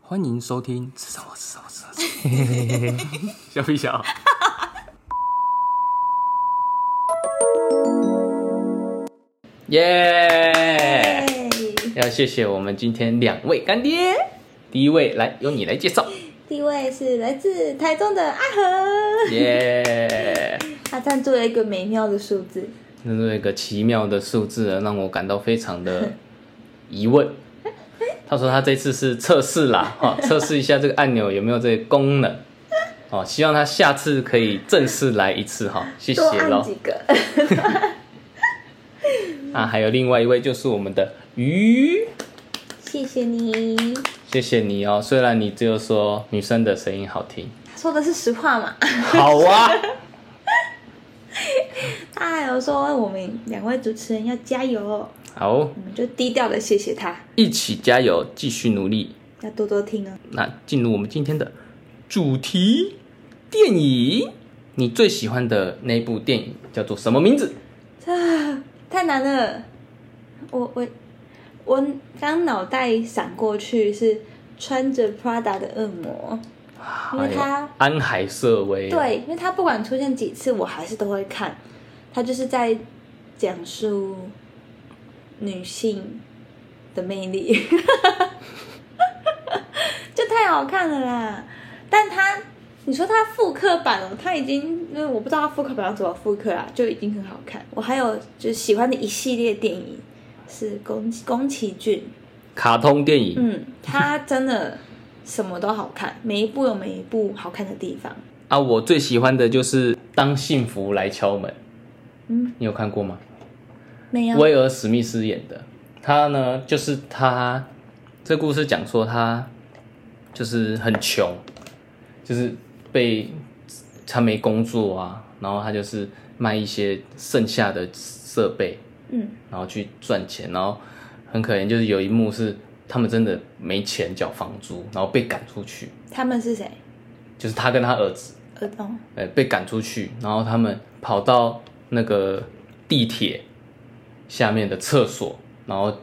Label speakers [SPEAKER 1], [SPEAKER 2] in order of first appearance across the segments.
[SPEAKER 1] 欢迎收听吃什么吃什么吃什 么，小屁小。耶！要谢谢我们今天两位干爹，第一位来由你来介绍，
[SPEAKER 2] 第一位是来自台中的阿和，
[SPEAKER 1] 耶！
[SPEAKER 2] 他赞助了一个美妙的数字，
[SPEAKER 1] 那是一个奇妙的数字啊，让我感到非常的疑问。 他说他这次是测试啦， 哈、测试一下这个按钮有没有这个功能。哦，希望他下次可以正式来一次哈、谢谢
[SPEAKER 2] 多按
[SPEAKER 1] 喽
[SPEAKER 2] 几。个。
[SPEAKER 1] 啊，还有另外一位就是我们的鱼，
[SPEAKER 2] 谢谢你，
[SPEAKER 1] 谢谢你哦。虽然你只有说女生的声音好听，
[SPEAKER 2] 说的是实话嘛？
[SPEAKER 1] 好啊，
[SPEAKER 2] 他还有说哎我们两位主持人要加油哦，
[SPEAKER 1] 好，
[SPEAKER 2] 我们就低调的谢谢他，
[SPEAKER 1] 一起加油，继续努力。
[SPEAKER 2] 要多多听哦。
[SPEAKER 1] 那进入我们今天的主题电影，你最喜欢的那部电影叫做什么名字？
[SPEAKER 2] 这太难了，我我我刚脑袋闪过去是穿着 Prada 的恶魔，因为它
[SPEAKER 1] 哎呦安海瑟薇。，
[SPEAKER 2] 对，因为他不管出现几次，我还是都会看。他就是在讲述女性的魅力， 就太好看了啦。但他，你说他复刻版哦，他已经，因为我不知道他复刻版要怎么复刻啊，就已经很好看。我还有就是喜欢的一系列电影是宫宫崎骏，
[SPEAKER 1] 卡通电影、
[SPEAKER 2] 嗯，他真的什么都好看，每一部有每一部好看的地方。
[SPEAKER 1] 啊，我最喜欢的就是《当幸福来敲门》。
[SPEAKER 2] 嗯，
[SPEAKER 1] 你有看过吗？
[SPEAKER 2] 没有，
[SPEAKER 1] 威尔史密斯演的，他呢就是他，这故事讲说他就是很穷，就是被他没工作啊，然后他就是卖一些剩下的设备，
[SPEAKER 2] 嗯。
[SPEAKER 1] 然后去赚钱，然后很可怜，就是有一幕是他们真的没钱缴房租，然后被赶出去，
[SPEAKER 2] 他们是谁？
[SPEAKER 1] 就是他跟他儿子，
[SPEAKER 2] 呃，哦，
[SPEAKER 1] 呃，被赶出去，然后他们跑到那个地铁下面的厕所，然后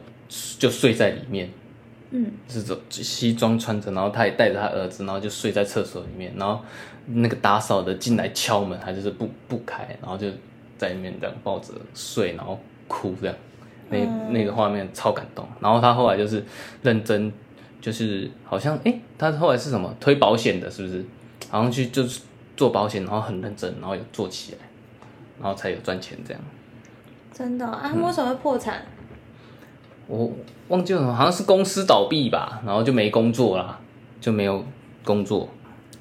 [SPEAKER 1] 就睡在里面，
[SPEAKER 2] 嗯，
[SPEAKER 1] 是这西装穿着，然后他也带着他儿子，然后就睡在厕所里面，然后那个打扫的进来敲门，他就是不不开，然后就在里面这样抱着睡，然后哭这样，那、那个画面超感动。然后他后来就是认真，就是好像诶，他后来是什么推保险的，是不是？好像去就是做保险，然后很认真，然后有做起来，然后才有赚钱这样。
[SPEAKER 2] 真的哦、啊？
[SPEAKER 1] 嗯
[SPEAKER 2] 为什么会破产？
[SPEAKER 1] 我忘记了什么，好像是公司倒闭吧，然后就没工作啦，就没有工作，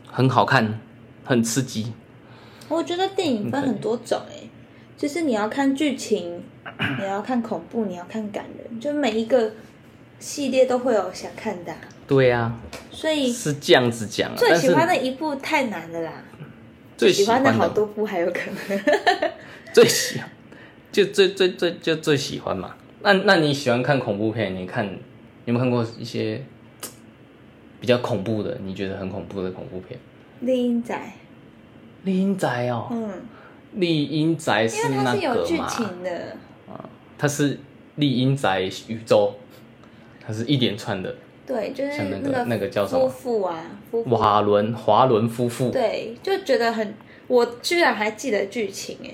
[SPEAKER 1] 很好看，很刺激。
[SPEAKER 2] 我觉得电影分很多种诶、就是你要看 剧情，你要看恐怖，你要看感人，就每一个系列都会有想看的啊、
[SPEAKER 1] 对呀、
[SPEAKER 2] 所
[SPEAKER 1] 啊，
[SPEAKER 2] 以
[SPEAKER 1] 是这样子讲啊。
[SPEAKER 2] 嗯最喜
[SPEAKER 1] 但
[SPEAKER 2] 欢的一部太难了啦，
[SPEAKER 1] 是最
[SPEAKER 2] 喜
[SPEAKER 1] 喜欢
[SPEAKER 2] 欢的好多部还有可 能。
[SPEAKER 1] 最喜欢就最最最就最喜欢嘛。那那你喜欢看恐怖片？你看你有没有看过一些嘖比较恐怖的？你觉得很恐怖的恐怖片？
[SPEAKER 2] 丽英仔，
[SPEAKER 1] 丽英宅哦，
[SPEAKER 2] 嗯，
[SPEAKER 1] 丽英宅
[SPEAKER 2] 因
[SPEAKER 1] 是
[SPEAKER 2] 为它
[SPEAKER 1] 那
[SPEAKER 2] 是有
[SPEAKER 1] 个
[SPEAKER 2] 剧
[SPEAKER 1] 嘛？
[SPEAKER 2] 情的，
[SPEAKER 1] 它是丽英宅宇宙，它是一连串的。
[SPEAKER 2] 对，就是
[SPEAKER 1] 像那个
[SPEAKER 2] 个
[SPEAKER 1] 那个叫什么
[SPEAKER 2] 夫妇啊，夫妇
[SPEAKER 1] 瓦伦华伦夫妇，
[SPEAKER 2] 对，就觉得很，我居然还记得剧情哎，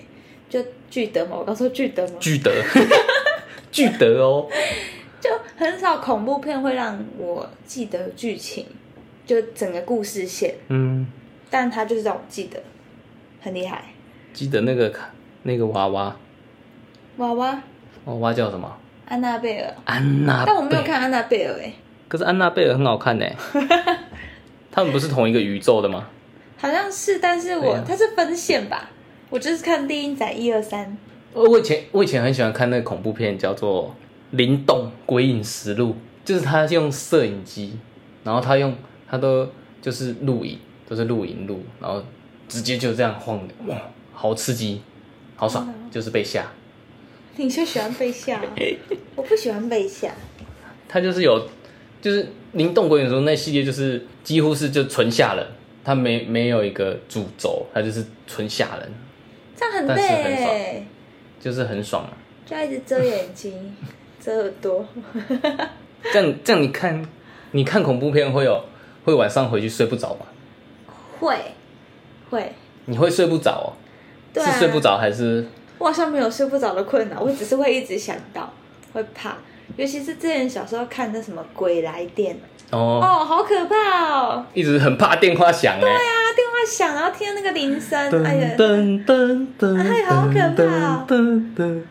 [SPEAKER 2] 就巨德嘛，我刚说巨德嘛，
[SPEAKER 1] 巨德， 巨德哦，
[SPEAKER 2] 就很少恐怖片会让我记得剧情，就整个故事线，
[SPEAKER 1] 嗯，
[SPEAKER 2] 但他就是让我记得，很厉害。
[SPEAKER 1] 记得那个卡那个娃娃，
[SPEAKER 2] 娃娃
[SPEAKER 1] 娃娃叫什么？
[SPEAKER 2] 安娜贝尔，
[SPEAKER 1] 安娜，
[SPEAKER 2] 但我没有，看安娜贝尔哎，
[SPEAKER 1] 可是安娜贝尔很好看呢。欸 他们不是同一个宇宙的吗？
[SPEAKER 2] 好像是，但是我
[SPEAKER 1] 对啊
[SPEAKER 2] 它是分线吧，我就是看第一仔一二三，
[SPEAKER 1] 呃我我以前我以前很喜欢看那个恐怖片，叫做《灵动鬼影实录》，就是他用摄影机，然后他用他都就是录影，都、是录影录，然后直接就这样晃的，哇，好刺激，好爽，就是被吓。
[SPEAKER 2] 你就喜欢被 吓啊，我不喜欢被吓，
[SPEAKER 1] 他就是有，就是灵动鬼影说那系列就是几乎是就纯吓人，他没没有一个主轴，他就是纯吓人，
[SPEAKER 2] 这样很
[SPEAKER 1] 但
[SPEAKER 2] 累
[SPEAKER 1] 是很爽
[SPEAKER 2] 哎。
[SPEAKER 1] 就是很爽啊。
[SPEAKER 2] 就要一直遮眼睛、遮耳朵。
[SPEAKER 1] 这样这样你看，你看恐怖片会有会晚上回去睡不着吗？
[SPEAKER 2] 会会，
[SPEAKER 1] 你会睡不着哦？
[SPEAKER 2] 对啊
[SPEAKER 1] 是睡不着还是？
[SPEAKER 2] 我好像没有睡不着的困扰，我只是会一直想到，会怕。尤其是之前小时候看那什么《鬼来电》，
[SPEAKER 1] 哦，
[SPEAKER 2] 哦，好可怕哦！
[SPEAKER 1] 一直很怕电话响哎、
[SPEAKER 2] 啊，电话响，然后听到那个铃声，哎呀
[SPEAKER 1] 噔，噔噔噔，
[SPEAKER 2] 哎好可怕哦
[SPEAKER 1] 噔噔噔，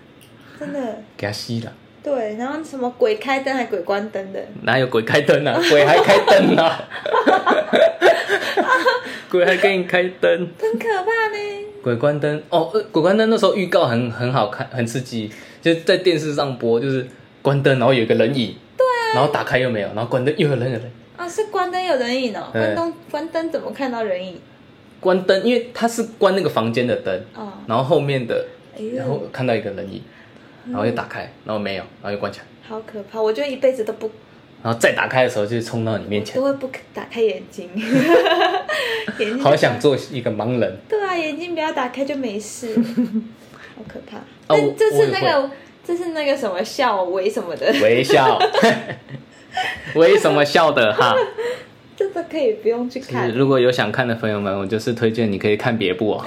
[SPEAKER 2] 真的
[SPEAKER 1] 给他吸了，
[SPEAKER 2] 对。然后什么鬼开灯还鬼关灯的，
[SPEAKER 1] 哪有鬼开灯啊？ 鬼还开灯啊？ 鬼还给你开灯，
[SPEAKER 2] 很可怕呢。
[SPEAKER 1] 鬼关灯哦，呃鬼关灯那时候预告很很好看，很刺激，就是在电视上播，就是关灯，然后有一个人影，对啊，然后打开又没有，然后关灯又有人有人。
[SPEAKER 2] 啊，是关灯有人影哦，
[SPEAKER 1] 对
[SPEAKER 2] 关灯关灯怎么看到人影？
[SPEAKER 1] 关灯，因为他是关那个房间的灯，
[SPEAKER 2] 哦，
[SPEAKER 1] 然后后面的，
[SPEAKER 2] 哎呦
[SPEAKER 1] 然后看到一个人影，然后又打开，然后没有，然后又关起来，
[SPEAKER 2] 好可怕！我就一辈子都不
[SPEAKER 1] 然后再打开的时候就冲到你面前
[SPEAKER 2] 都，会不打开眼 睛，眼睛
[SPEAKER 1] 好想做一个盲人。
[SPEAKER 2] 对啊，眼睛不要打开就没事， 好可怕。
[SPEAKER 1] 我
[SPEAKER 2] 但这是那
[SPEAKER 1] 哦我
[SPEAKER 2] 个，这是那个什么笑为什么的，
[SPEAKER 1] 微笑， 为什么笑的哈？
[SPEAKER 2] 这个可以不用去
[SPEAKER 1] 就是
[SPEAKER 2] 看，
[SPEAKER 1] 如果有想看的朋友们，我就是推荐你可以看别部哦。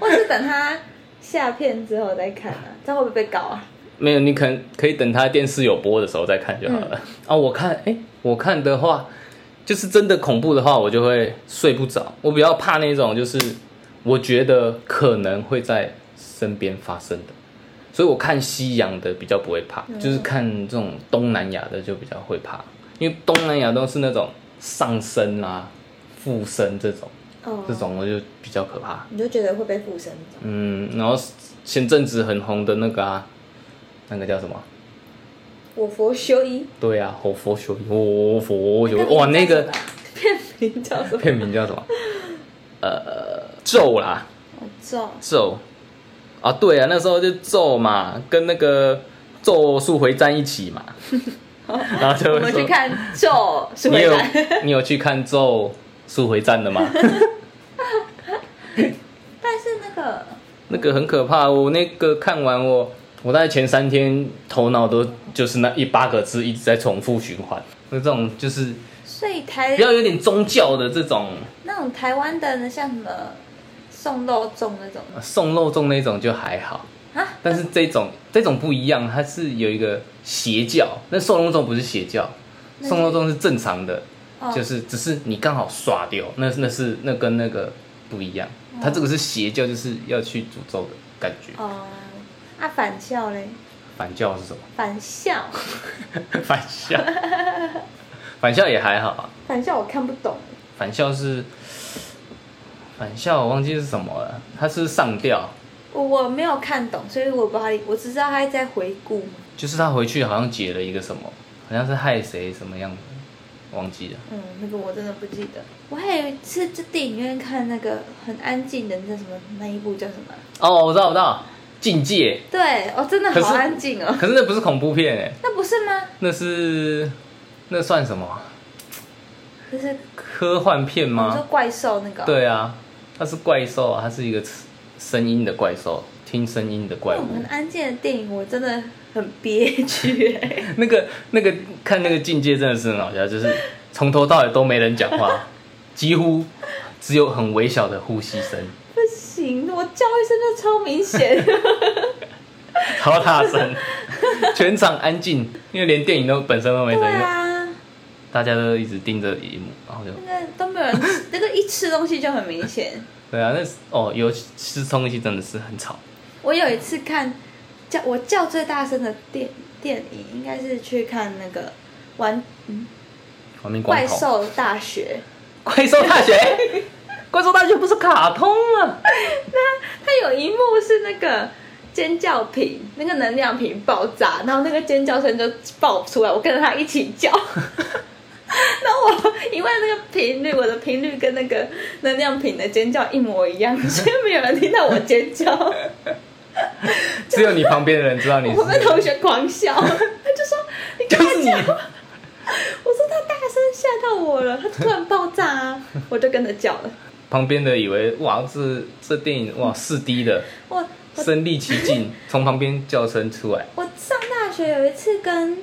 [SPEAKER 2] 或是等它下片之后再看啊，这样会不会被搞啊？
[SPEAKER 1] 没有，你可能可以等他电视有播的时候再看就好了。啊，我看，哎，我看的话，就是真的恐怖的话，我就会睡不着。我比较怕那种，就是我觉得可能会在身边发生的，所以我看西洋的比较不会怕，就是看这种东南亚的就比较会怕，因为东南亚都是那种上身啦、附身这种，
[SPEAKER 2] 哦，
[SPEAKER 1] 这种我就比较可怕。
[SPEAKER 2] 你就觉得会被附身那种
[SPEAKER 1] 嗯，然后前阵子很红的那个啊，那个叫什么？
[SPEAKER 2] 我佛修一，
[SPEAKER 1] 对啊，活佛修我佛修
[SPEAKER 2] 那个
[SPEAKER 1] 哇，那
[SPEAKER 2] 名字叫
[SPEAKER 1] 个
[SPEAKER 2] 什么 啊片名叫什么？
[SPEAKER 1] 片名叫什么？呃，咒啦，
[SPEAKER 2] 我咒
[SPEAKER 1] 咒啊，对啊，那时候就咒嘛，跟那个咒术回战一起 嘛，然后就
[SPEAKER 2] 我
[SPEAKER 1] 会
[SPEAKER 2] 们
[SPEAKER 1] 说
[SPEAKER 2] 去看咒是
[SPEAKER 1] 你
[SPEAKER 2] 回
[SPEAKER 1] 有
[SPEAKER 2] 来，
[SPEAKER 1] 你有去看咒术回战的 吗？
[SPEAKER 2] 但是那个
[SPEAKER 1] 那个很可怕，我那个看完我，我大概前三天头脑都就是那一八个字一直在重复循环，那这种就是
[SPEAKER 2] 所以台
[SPEAKER 1] 比较有点宗教的这种。
[SPEAKER 2] 那种台湾的呢，像什么送肉粽那种
[SPEAKER 1] 呃送肉粽那种就还好，
[SPEAKER 2] 啊，
[SPEAKER 1] 但是这种这种不一样，它是有一个邪教，那送肉粽不是邪教，
[SPEAKER 2] 那是
[SPEAKER 1] 送肉粽是正常的，
[SPEAKER 2] 哦
[SPEAKER 1] 就是只是你刚好刷掉，那那是那跟那个不一样，它这个是邪教，就是要去诅咒的感觉。
[SPEAKER 2] 哦，啊返校嘞，
[SPEAKER 1] 反教是什么？
[SPEAKER 2] 返校，
[SPEAKER 1] 反校，反校也还好啊，
[SPEAKER 2] 返校我看不懂，
[SPEAKER 1] 反校是反校，我忘记是什么了，它是上吊，
[SPEAKER 2] 我我没有看懂，所以我不好意，我只知道他在回顾嘛，
[SPEAKER 1] 就是他回去好像解了一个什么，好像是害谁什么样的，忘记了。
[SPEAKER 2] 嗯，那个我真的不记得。我还有一次在电影院看那个很安静的那什么那一部叫什么？
[SPEAKER 1] 哦，我知道，我知道，境界。
[SPEAKER 2] 对，哦，真的
[SPEAKER 1] 可是
[SPEAKER 2] 好安静哦，
[SPEAKER 1] 可是那不是恐怖片哎，
[SPEAKER 2] 那不是吗？
[SPEAKER 1] 那是那算什么啊
[SPEAKER 2] 就是
[SPEAKER 1] 科幻片
[SPEAKER 2] 你说
[SPEAKER 1] 吗？
[SPEAKER 2] 怪兽那个哦、
[SPEAKER 1] 对啊，它是怪兽啊，它是一个吃声音的怪兽，听声音的怪
[SPEAKER 2] 那
[SPEAKER 1] 物
[SPEAKER 2] 种。很安静的电影，我真的很憋屈、 欸。
[SPEAKER 1] 那个那个看那个境界真的是很好笑，就是从头到尾都没人讲话， 几乎只有很微小的呼吸声、
[SPEAKER 2] 不行，我叫一声就超明 显。
[SPEAKER 1] 嘈杂声， 全场安静，因为连电影都本身都没声
[SPEAKER 2] 对
[SPEAKER 1] 音，
[SPEAKER 2] 啊，
[SPEAKER 1] 大家都一直盯着荧幕，然后就
[SPEAKER 2] 那个都没有人吃，那个一吃东西就很明显。
[SPEAKER 1] 对啊，那是哦，有吃东西真的是很吵。
[SPEAKER 2] 我有一次看叫我叫最大声的电电影，应该是去看那个玩
[SPEAKER 1] 亡命光
[SPEAKER 2] 怪
[SPEAKER 1] 头，
[SPEAKER 2] 兽大学，
[SPEAKER 1] 怪兽大 学，怪兽大学不是卡通吗？
[SPEAKER 2] 它有一幕是那个。尖叫瓶，那个能量瓶爆炸，然后那个尖叫声就爆出来，我跟着他一起叫。 然后我因为那个频率，我的频率跟那个能量瓶的尖叫一模一样，所以没有人听到我尖叫。
[SPEAKER 1] 只有你旁边的人知道 你是
[SPEAKER 2] 我们同学狂笑，他就说：“你干
[SPEAKER 1] 就
[SPEAKER 2] 嘛
[SPEAKER 1] 是你
[SPEAKER 2] 叫？”我说：“他大声吓到我了，他突然爆炸啊！”我就跟着叫了。
[SPEAKER 1] 旁边的以为哇，这这电影 哇四 D 的，
[SPEAKER 2] 我我
[SPEAKER 1] 身临其境，从旁边叫声出来。
[SPEAKER 2] 我上大学有一次跟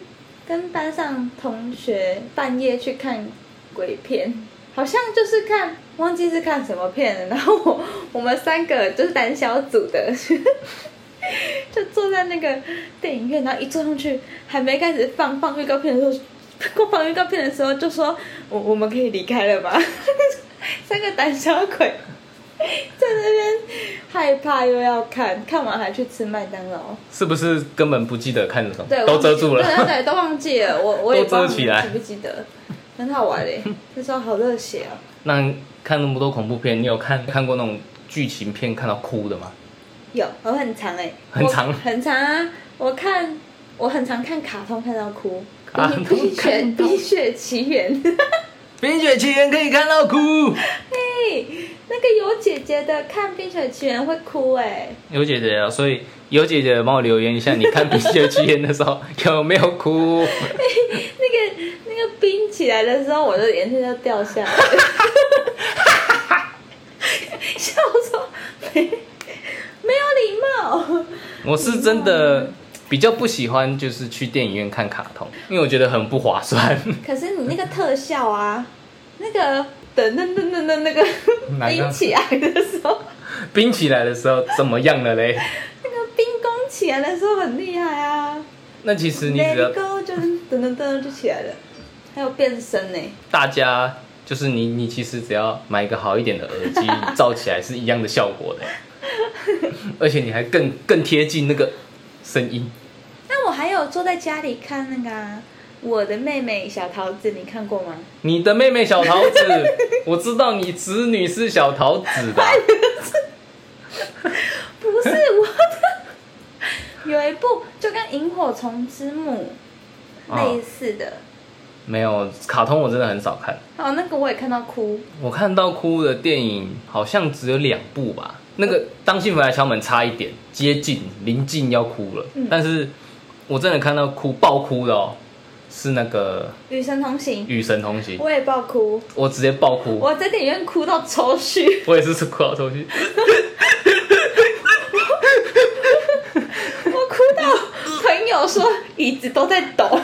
[SPEAKER 2] 跟班上同学半夜去看鬼片，好像就是看忘记是看什么片了，然后我我们三个就是胆小组的， 就坐在那个电影院，然后一坐上去还没开始放放预告片的时候，放预告片的时候就说我我们可以离开了吧， 三个胆小鬼在那边害怕又要看，看完还去吃麦当劳。
[SPEAKER 1] 是不是根本不记得看什么
[SPEAKER 2] 对，，
[SPEAKER 1] 都
[SPEAKER 2] 忘记
[SPEAKER 1] 遮住了？
[SPEAKER 2] 对对 对，都忘记了，我我也
[SPEAKER 1] 都遮
[SPEAKER 2] 不知
[SPEAKER 1] 起
[SPEAKER 2] 道
[SPEAKER 1] 来
[SPEAKER 2] 你记不记得，很好玩嘞，那时候好热血哦。
[SPEAKER 1] 那看那么多恐怖片，你有看看过那种剧情片看到哭的吗？
[SPEAKER 2] 有，我很长哎、
[SPEAKER 1] 很长
[SPEAKER 2] 我很长啊！我看我很常看卡通看到哭，
[SPEAKER 1] 卡
[SPEAKER 2] 冰
[SPEAKER 1] 通
[SPEAKER 2] 冰雪
[SPEAKER 1] 看到
[SPEAKER 2] 冰雪奇缘，
[SPEAKER 1] 《冰雪奇缘》可以看到哭，
[SPEAKER 2] 嘿，那个有姐姐的看冰雪奇缘会哭哎、
[SPEAKER 1] 有姐姐啊，所以有姐姐帮我留言一下，你看《冰雪奇缘》的时候有没有哭？
[SPEAKER 2] 那个那个冰起来的时候，我的眼泪就掉下来了， 笑说 没没有礼貌，
[SPEAKER 1] 我是真的比较不喜欢，就是去电影院看卡通，因为我觉得很不划算。
[SPEAKER 2] 可是你那个特效啊，那个噔噔噔噔噔那 个
[SPEAKER 1] 哪个
[SPEAKER 2] 冰起来的时候。
[SPEAKER 1] 冰起来的时候怎么样了嘞？
[SPEAKER 2] 那个冰宫起来的时候很厉害啊
[SPEAKER 1] 那其实你只要
[SPEAKER 2] ，Let it go 就噔噔噔就起来了，还有变身呢、
[SPEAKER 1] 大家就是你，你其实只要买一个好一点的耳机，照起来是一样的效果的， 而且你还更更贴近那个声音。
[SPEAKER 2] 那我还有坐在家里看那个、啊《我的妹妹小桃子》，你看过吗？
[SPEAKER 1] 你的妹妹小桃子，我知道你侄女是小桃子的，
[SPEAKER 2] 不是我的，有一部就跟《萤火虫之墓》
[SPEAKER 1] 哦
[SPEAKER 2] 类似的，
[SPEAKER 1] 没有卡通我真的很少看，
[SPEAKER 2] 哦，那个我也看到哭，
[SPEAKER 1] 我看到哭的电影好像只有两部吧。那个《当幸福来敲门》差一点接近临近要哭了，
[SPEAKER 2] 嗯
[SPEAKER 1] 但是我真的看到哭爆哭的哦，是那个
[SPEAKER 2] 《与神同行
[SPEAKER 1] 《与神同行》》，
[SPEAKER 2] 我也爆哭，
[SPEAKER 1] 我直接爆哭。
[SPEAKER 2] 我在电影院哭到抽搐。
[SPEAKER 1] 我也是吃苦到抽筋，
[SPEAKER 2] 我哭到朋友说椅子都在抖，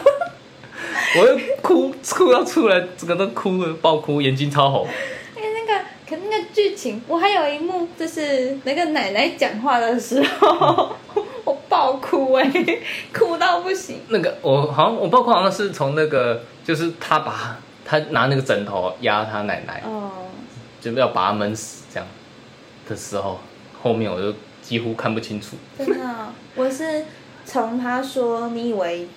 [SPEAKER 1] 我又哭哭到出来，整个都哭了，爆哭，眼睛超红。
[SPEAKER 2] 哎、那个可那个剧情，我还有一幕就是那个奶奶讲话的时 候，我爆哭哎、 哭到不行。
[SPEAKER 1] 那个我好像我爆哭好像是从那个就是他把他拿那个枕头压他奶奶，
[SPEAKER 2] 哦，
[SPEAKER 1] 就要把他闷死这样的时候，后面我就几乎看不清楚。
[SPEAKER 2] 真的哦、我是从他说你以为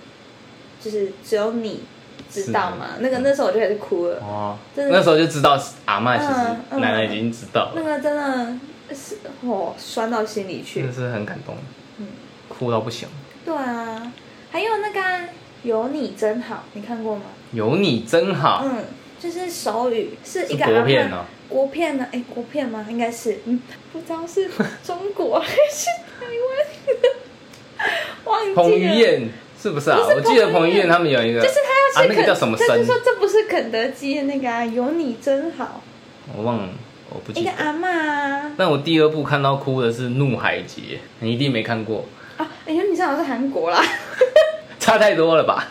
[SPEAKER 2] 就是只有你知道吗？那个那时候我就开始哭了，
[SPEAKER 1] 哦，
[SPEAKER 2] 真的
[SPEAKER 1] 那时候就知道阿嬷其
[SPEAKER 2] 嗯
[SPEAKER 1] 实
[SPEAKER 2] 嗯
[SPEAKER 1] 奶奶已经知道
[SPEAKER 2] 那
[SPEAKER 1] 了，
[SPEAKER 2] 个真的是哦，酸到心里去
[SPEAKER 1] 真的。是很感动，
[SPEAKER 2] 嗯，
[SPEAKER 1] 哭到不行。
[SPEAKER 2] 对啊，还有那个啊有你真好，你看过吗？
[SPEAKER 1] 有你真好，
[SPEAKER 2] 嗯，就是手语，是一个
[SPEAKER 1] 啊是国
[SPEAKER 2] 阿嬷
[SPEAKER 1] 片哦
[SPEAKER 2] 国片呢、哎，国片吗？应该是，嗯，不知道是中国还是台湾， 忘
[SPEAKER 1] 彭
[SPEAKER 2] 记
[SPEAKER 1] 于
[SPEAKER 2] 了。
[SPEAKER 1] 晏是不是啊？
[SPEAKER 2] 不是
[SPEAKER 1] 我记得
[SPEAKER 2] 彭
[SPEAKER 1] 彭
[SPEAKER 2] 于
[SPEAKER 1] 于
[SPEAKER 2] 晏
[SPEAKER 1] 晏他们有一个，
[SPEAKER 2] 就是他
[SPEAKER 1] 啊
[SPEAKER 2] 要去
[SPEAKER 1] 那
[SPEAKER 2] 肯，
[SPEAKER 1] 个叫什么
[SPEAKER 2] 他就
[SPEAKER 1] 生
[SPEAKER 2] 说这不是肯德基的那个啊，有你真好，
[SPEAKER 1] 我忘了，我不记
[SPEAKER 2] 一
[SPEAKER 1] 得
[SPEAKER 2] 个。阿嬷啊，
[SPEAKER 1] 那我第二部看到哭的是《怒海劫》，你一定没看过，
[SPEAKER 2] 啊，哎有你真好是韩国啦， 哦，
[SPEAKER 1] 差太多了吧？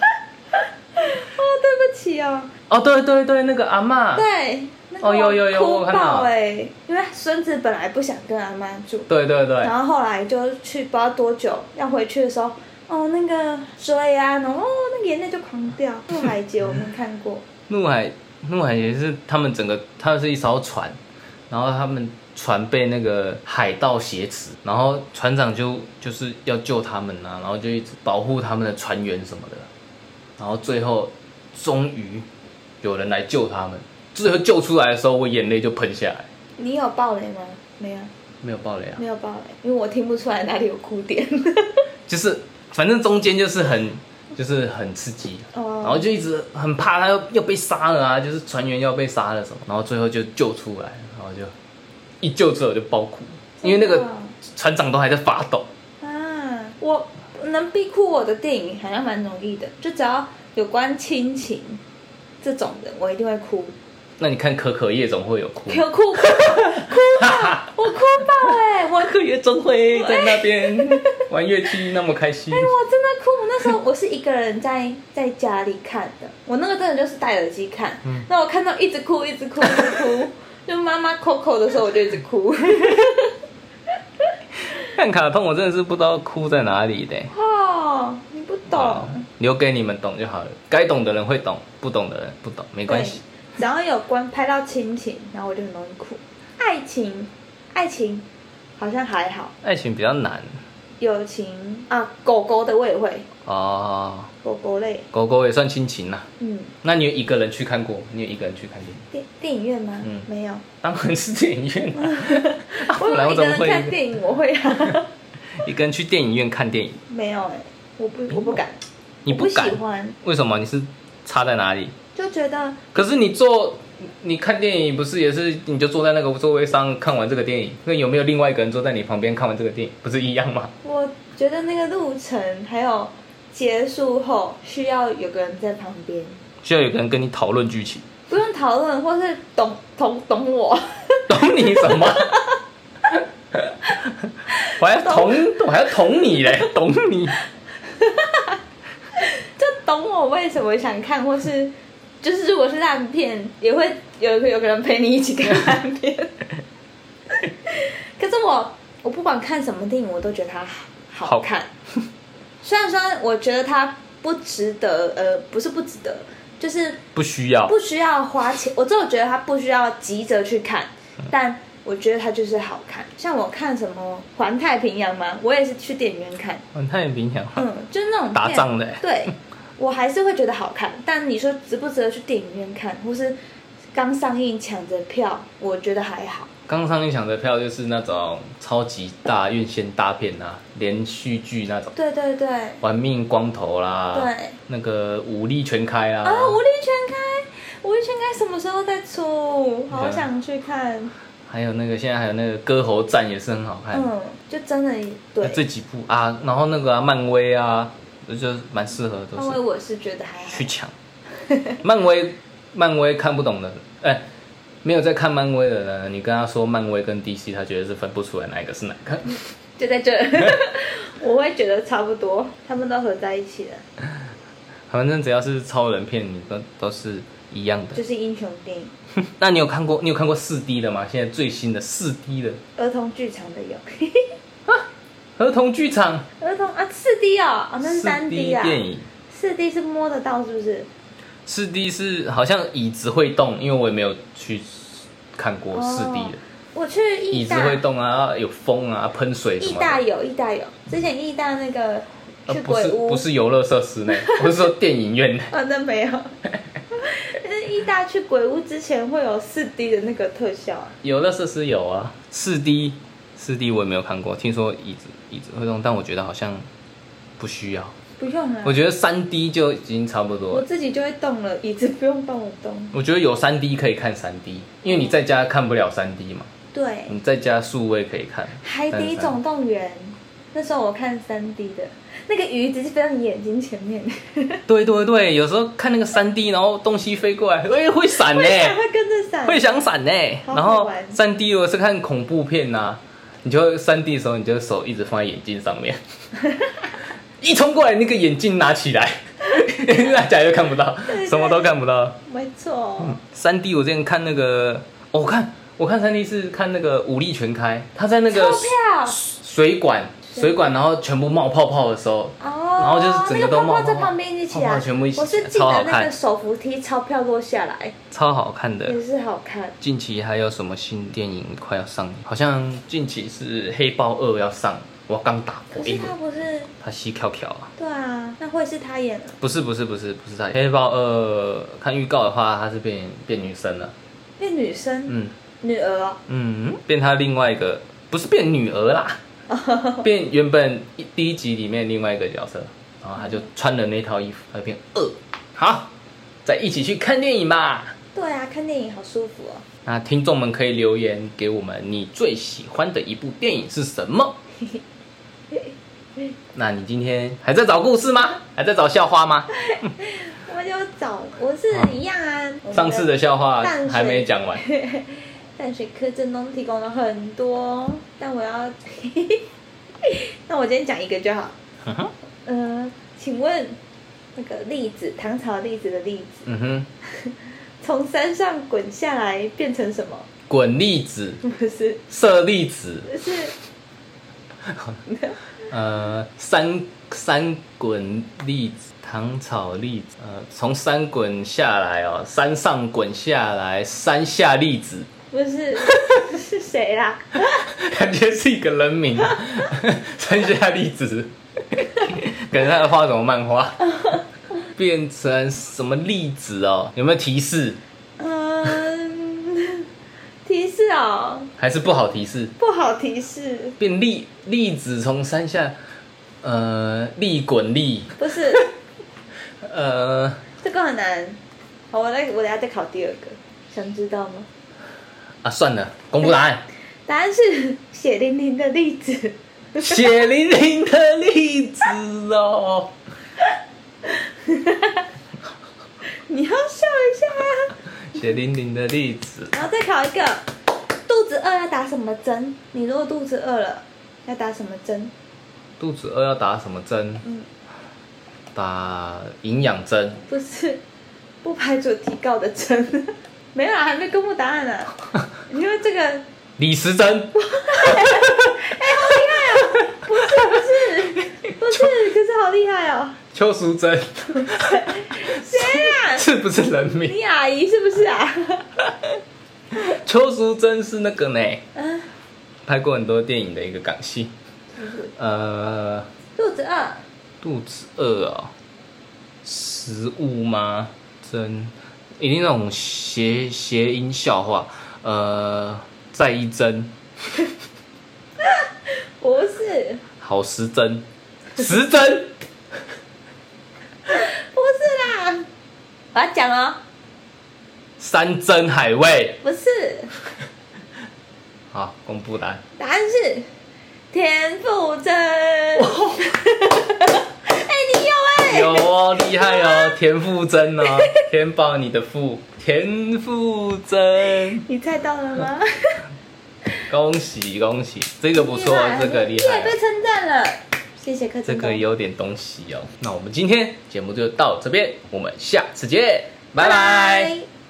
[SPEAKER 2] 对不起哦，
[SPEAKER 1] 哦，对对对，那个阿嬷，
[SPEAKER 2] 对，那个
[SPEAKER 1] 啊哦有有有
[SPEAKER 2] 我
[SPEAKER 1] 我
[SPEAKER 2] 哭
[SPEAKER 1] 看到
[SPEAKER 2] 爆哎、因为孙子本来不想跟阿妈住，
[SPEAKER 1] 对对对，
[SPEAKER 2] 然后后来就去不知道多久，要回去的时候，哦，那个追啊，然后哦，那个眼泪就狂掉。《怒海劫》我们看过，
[SPEAKER 1] 怒海怒海劫是他们整个，它是一艘船，然后他们船被那个海盗挟持，然后船长就就是要救他们啊，然后就一直保护他们的船员什么的，然后最后终于有人来救他们，最后救出来的时候，我眼泪就喷下来，
[SPEAKER 2] 你有爆雷吗？没有，
[SPEAKER 1] 没有爆雷啊。
[SPEAKER 2] 没有爆雷，因为我听不出来哪里有哭点。
[SPEAKER 1] 就是反正中间就是很就是很刺激，
[SPEAKER 2] 哦
[SPEAKER 1] 然后就一直很怕他要要被杀了啊，就是船员要被杀了什么，然后最后就救出来，然后就一救之后就爆哭，因为那
[SPEAKER 2] 真
[SPEAKER 1] 个
[SPEAKER 2] 的哦
[SPEAKER 1] 船长都还在发抖，
[SPEAKER 2] 啊，我能逼哭我的电影好 像蛮容易的，就只要有关亲情这种的，我一定会哭。
[SPEAKER 1] 那你看可可夜总会有哭 吗，
[SPEAKER 2] 有哭哭吧，我哭爆哎、我
[SPEAKER 1] 可可夜总会在那边玩乐器那么开心，
[SPEAKER 2] 哎我真的哭！我那时候我是一个人在在家里看的，我那个真的就是戴耳机看。
[SPEAKER 1] 嗯
[SPEAKER 2] 那我看到一直哭，一直哭，一直哭。就妈妈 Coco 的时候，我就一直哭。
[SPEAKER 1] 看卡通我真的是不知道哭在哪里的。
[SPEAKER 2] 哦，你不
[SPEAKER 1] 好
[SPEAKER 2] 懂。，
[SPEAKER 1] 留给你们懂就好了，该懂的人会懂，不懂的人不懂，没关系。
[SPEAKER 2] 对。只要有关拍到亲情，然后我就很容易哭。爱情，爱情好像还好。
[SPEAKER 1] 爱情比较难
[SPEAKER 2] 友情啊，狗狗的我也会，
[SPEAKER 1] 哦，
[SPEAKER 2] 狗狗类。
[SPEAKER 1] 狗狗也算亲情呐、
[SPEAKER 2] 嗯，
[SPEAKER 1] 那你有一个人去看过吗？你有一个人去看电影？
[SPEAKER 2] 电电影院吗？
[SPEAKER 1] 嗯
[SPEAKER 2] 没有。
[SPEAKER 1] 当然是电影院 啊，啊
[SPEAKER 2] 我
[SPEAKER 1] 不然
[SPEAKER 2] 有
[SPEAKER 1] 我
[SPEAKER 2] 一个
[SPEAKER 1] 怎么
[SPEAKER 2] 人
[SPEAKER 1] 会
[SPEAKER 2] 看电影，我会啊。
[SPEAKER 1] 一个人去电影院看电影？
[SPEAKER 2] 没有哎、我不，我不敢，
[SPEAKER 1] 你
[SPEAKER 2] 我不
[SPEAKER 1] 敢
[SPEAKER 2] 喜？欢，
[SPEAKER 1] 为什么？你是差在哪里？
[SPEAKER 2] 就觉得
[SPEAKER 1] 可是你坐，你看电影不是也是你就坐在那个座位上看完这个电影？那有没有另外一个人坐在你旁边看完这个电影？不是一样吗？
[SPEAKER 2] 我觉得那个路程还有结束后需要有个人在旁边，
[SPEAKER 1] 需要有个人跟你讨论剧情，
[SPEAKER 2] 不用讨论，或是懂懂懂我，
[SPEAKER 1] 懂你什 么？我还要同我还要同你嘞，懂你
[SPEAKER 2] 就懂我为什么想看，或是就是如果是烂片，也会有有个人陪你一起看烂片。可是我我不管看什么电影，我都觉得它好好看。 虽然说我觉得它不值得，呃，不是不值得，就是
[SPEAKER 1] 不需要。
[SPEAKER 2] 不需要花钱，我只有觉得它不需要急着去看，
[SPEAKER 1] 嗯
[SPEAKER 2] 但我觉得它就是好看。像我看什么《环太平洋》嘛，我也是去电影院看，
[SPEAKER 1] 环哦太平洋
[SPEAKER 2] 嗯，就是那种
[SPEAKER 1] 打
[SPEAKER 2] 片
[SPEAKER 1] 仗的欸，
[SPEAKER 2] 对，我还是会觉得好看。但你说值不值得去电影院看，或是刚上映抢着票，我觉得还好。
[SPEAKER 1] 刚上映抢的票就是那种超级大院线大片啊，连续剧那种，
[SPEAKER 2] 对对对，
[SPEAKER 1] 玩命光头啦，
[SPEAKER 2] 对，
[SPEAKER 1] 那个武力全开啦，
[SPEAKER 2] 啊，《无力全开》，《无力全开》什么时候再出？好想去
[SPEAKER 1] 啊
[SPEAKER 2] 看。
[SPEAKER 1] 还有那个现在还有那个歌喉战也是很好看，
[SPEAKER 2] 嗯，就真的
[SPEAKER 1] 那
[SPEAKER 2] 对。
[SPEAKER 1] 这几部啊，然后那个、啊、漫威啊，我就蛮适合都
[SPEAKER 2] 因为
[SPEAKER 1] 是
[SPEAKER 2] 我是觉得还好
[SPEAKER 1] 去。抢。 漫威，漫威看不懂的，哎、没有在看漫威的人，你跟他说漫威跟 DC，他绝对是分不出来哪一个是哪个。
[SPEAKER 2] 就 在这，我会觉得差不多，他们都合在一起了，
[SPEAKER 1] 反正只要是超人片，你都都是一样的
[SPEAKER 2] 就。是英雄电影，
[SPEAKER 1] 那你有看过你有看过四 D 的吗？现在最新的四 D 的
[SPEAKER 2] 儿童剧场的有，
[SPEAKER 1] 儿童剧场
[SPEAKER 2] 儿童啊四 D 哦，哦那是
[SPEAKER 1] 四
[SPEAKER 2] 三
[SPEAKER 1] D
[SPEAKER 2] 啊，
[SPEAKER 1] 电影，
[SPEAKER 2] 四 D 是摸得到是不是？
[SPEAKER 1] 四 D 是好像椅子会动，因为我也没有去看过
[SPEAKER 2] 哦
[SPEAKER 1] 四 D 的、
[SPEAKER 2] 我去
[SPEAKER 1] 椅
[SPEAKER 2] 义
[SPEAKER 1] 子
[SPEAKER 2] 大，
[SPEAKER 1] 会动啊，有风啊，喷水什
[SPEAKER 2] 义
[SPEAKER 1] 么
[SPEAKER 2] 大
[SPEAKER 1] 的。
[SPEAKER 2] 有义大有，之前义大那个
[SPEAKER 1] 呃
[SPEAKER 2] 去
[SPEAKER 1] 不是
[SPEAKER 2] 鬼屋，
[SPEAKER 1] 不是游乐设 施呢，我是说电影院呢。
[SPEAKER 2] 啊那没有， 但是义大去鬼屋之前会有四 D 的那个特效啊，
[SPEAKER 1] 游乐设施有啊，四 D 四 D 我也没有看过，听说椅子椅子会动，但我觉得好像不需要。
[SPEAKER 2] 不用了
[SPEAKER 1] 我，觉得三 D 就已经差不多
[SPEAKER 2] 我
[SPEAKER 1] 了。
[SPEAKER 2] 自己就会动了，椅子不用帮我动，
[SPEAKER 1] 我觉得有三 D 可以看三 D，因为你在家看不了三 D 嘛，
[SPEAKER 2] 对，
[SPEAKER 1] 你在家数位可以看。
[SPEAKER 2] 海底总动员，那时候我看三 D 的，那个鱼直接飞到你眼睛前面，
[SPEAKER 1] 但是对对对，有时候看那个三 D，然后东西飞过来，哎、会闪呢、
[SPEAKER 2] 它会跟着闪。
[SPEAKER 1] 会想闪呢、
[SPEAKER 2] 好好玩
[SPEAKER 1] 然后三 D 如果是看恐怖片呐、啊你就三 D 的时候，你就手一直放在眼镜上 面，一冲过来那个眼镜拿起 来，拿起来就看不到，什么都看不到。
[SPEAKER 2] 没错，
[SPEAKER 1] 三 D 我之前看那个，哦、我看我看三 D 是看那个武力全开，他在那个
[SPEAKER 2] 钞票
[SPEAKER 1] 水管水管，然后全部冒泡泡的时候，
[SPEAKER 2] 哦，
[SPEAKER 1] 然后就是整个都
[SPEAKER 2] 那泡
[SPEAKER 1] 冒
[SPEAKER 2] 泡在旁边一起
[SPEAKER 1] 泡
[SPEAKER 2] 啊，
[SPEAKER 1] 泡全部一起
[SPEAKER 2] 我是记
[SPEAKER 1] 超好
[SPEAKER 2] 得那
[SPEAKER 1] 看
[SPEAKER 2] 个手扶梯钞票落下来
[SPEAKER 1] 超好看的。
[SPEAKER 2] 也是好看，
[SPEAKER 1] 近期还有什么新电影快要上映？好像近期是《黑豹二》要上，我刚打
[SPEAKER 2] 可
[SPEAKER 1] 过
[SPEAKER 2] 是
[SPEAKER 1] 一
[SPEAKER 2] 他
[SPEAKER 1] 轮，
[SPEAKER 2] 不是
[SPEAKER 1] 他西跳跳啊。
[SPEAKER 2] 对啊，那会是他演的
[SPEAKER 1] 不是不是不是不是他，《黑豹二》看预告的话，她是变变女生了，
[SPEAKER 2] 变女生
[SPEAKER 1] 嗯
[SPEAKER 2] 女儿哦，
[SPEAKER 1] 嗯，变她另外一个，不是变女儿啦，变原本一第一集里面另外一个角色，然后她就穿了那套衣服，她就变二。好，再一起去看电影吧。
[SPEAKER 2] 对啊，看电影好舒服哦。
[SPEAKER 1] 那听众们可以留言给我们，你最喜欢的一部电影是什 么？那你今天还在找故事吗？还在找校花吗？
[SPEAKER 2] 我就早，我是一样啊。我们的
[SPEAKER 1] 上次的笑话
[SPEAKER 2] 淡水
[SPEAKER 1] 还没讲 完，
[SPEAKER 2] 淡水柯震东提供了很多，但我要， 那我今天讲一个就好。
[SPEAKER 1] 嗯哼
[SPEAKER 2] 呃，请问那个栗子，唐朝栗子的栗子，
[SPEAKER 1] 嗯哼，
[SPEAKER 2] 从山上滚下来变成什么？
[SPEAKER 1] 滚粒子、
[SPEAKER 2] 不是，
[SPEAKER 1] 射粒子，
[SPEAKER 2] 是
[SPEAKER 1] 呃，三三滚粒子，糖炒粒子，呃，从山滚下来哦，山上滚下来，山下粒子，
[SPEAKER 2] 不是是谁啦？
[SPEAKER 1] 感觉是一个人名、 啊，山下粒子，感觉他在画什么漫画？变成什么粒子哦？有没有提示？
[SPEAKER 2] 嗯，提示哦，
[SPEAKER 1] 还是不好提示？
[SPEAKER 2] 不好提示，
[SPEAKER 1] 变粒粒子从山下，呃，粒滚粒，
[SPEAKER 2] 不是
[SPEAKER 1] 呃，
[SPEAKER 2] 这个很难。好，我再我等下再考第二个，想知道吗？
[SPEAKER 1] 啊，算了，公布答案。
[SPEAKER 2] 答案是血淋淋的栗子。
[SPEAKER 1] 血淋淋的粒子哦，
[SPEAKER 2] 你要笑一下啊！
[SPEAKER 1] 血淋淋的粒子，
[SPEAKER 2] 然后再考一个，肚子饿要打什么针？你如果肚子饿了，要打什么针？
[SPEAKER 1] 肚子饿要打什么针？
[SPEAKER 2] 嗯
[SPEAKER 1] 打营养针。
[SPEAKER 2] 不是 不排除提高的针。 没有啊，还没公布答案呢、因为这个
[SPEAKER 1] 李时珍，
[SPEAKER 2] 不是不是不是，可是好厉害哦！
[SPEAKER 1] 邱淑贞，
[SPEAKER 2] 谁 啊？
[SPEAKER 1] 是不是人名？
[SPEAKER 2] 你阿姨是不是啊？
[SPEAKER 1] 邱淑贞是那个呢，
[SPEAKER 2] 嗯、
[SPEAKER 1] 拍过很多电影的一个港戏。呃，
[SPEAKER 2] 肚子饿，
[SPEAKER 1] 肚子饿哦，食物吗？针，一定那种谐谐音笑话。呃，再一针，
[SPEAKER 2] 不是
[SPEAKER 1] 好时针，时针。
[SPEAKER 2] 不是啦，我要讲哦，
[SPEAKER 1] 山珍海味。
[SPEAKER 2] 不是，
[SPEAKER 1] 好，公布答案。
[SPEAKER 2] 答案是田馥甄。哎、你有 哎、
[SPEAKER 1] 有哦，厉害哦，田馥甄哦，填饱你的腹，田馥甄，
[SPEAKER 2] 你猜到了吗？
[SPEAKER 1] 恭喜恭喜，这个不错，这个厉害
[SPEAKER 2] 你也被
[SPEAKER 1] 哦，
[SPEAKER 2] 称赞了，谢谢柯
[SPEAKER 1] 这
[SPEAKER 2] 震东。
[SPEAKER 1] 个有点东西哦。那我们今天节目就到这边，我们下次见，拜拜。
[SPEAKER 2] 拜。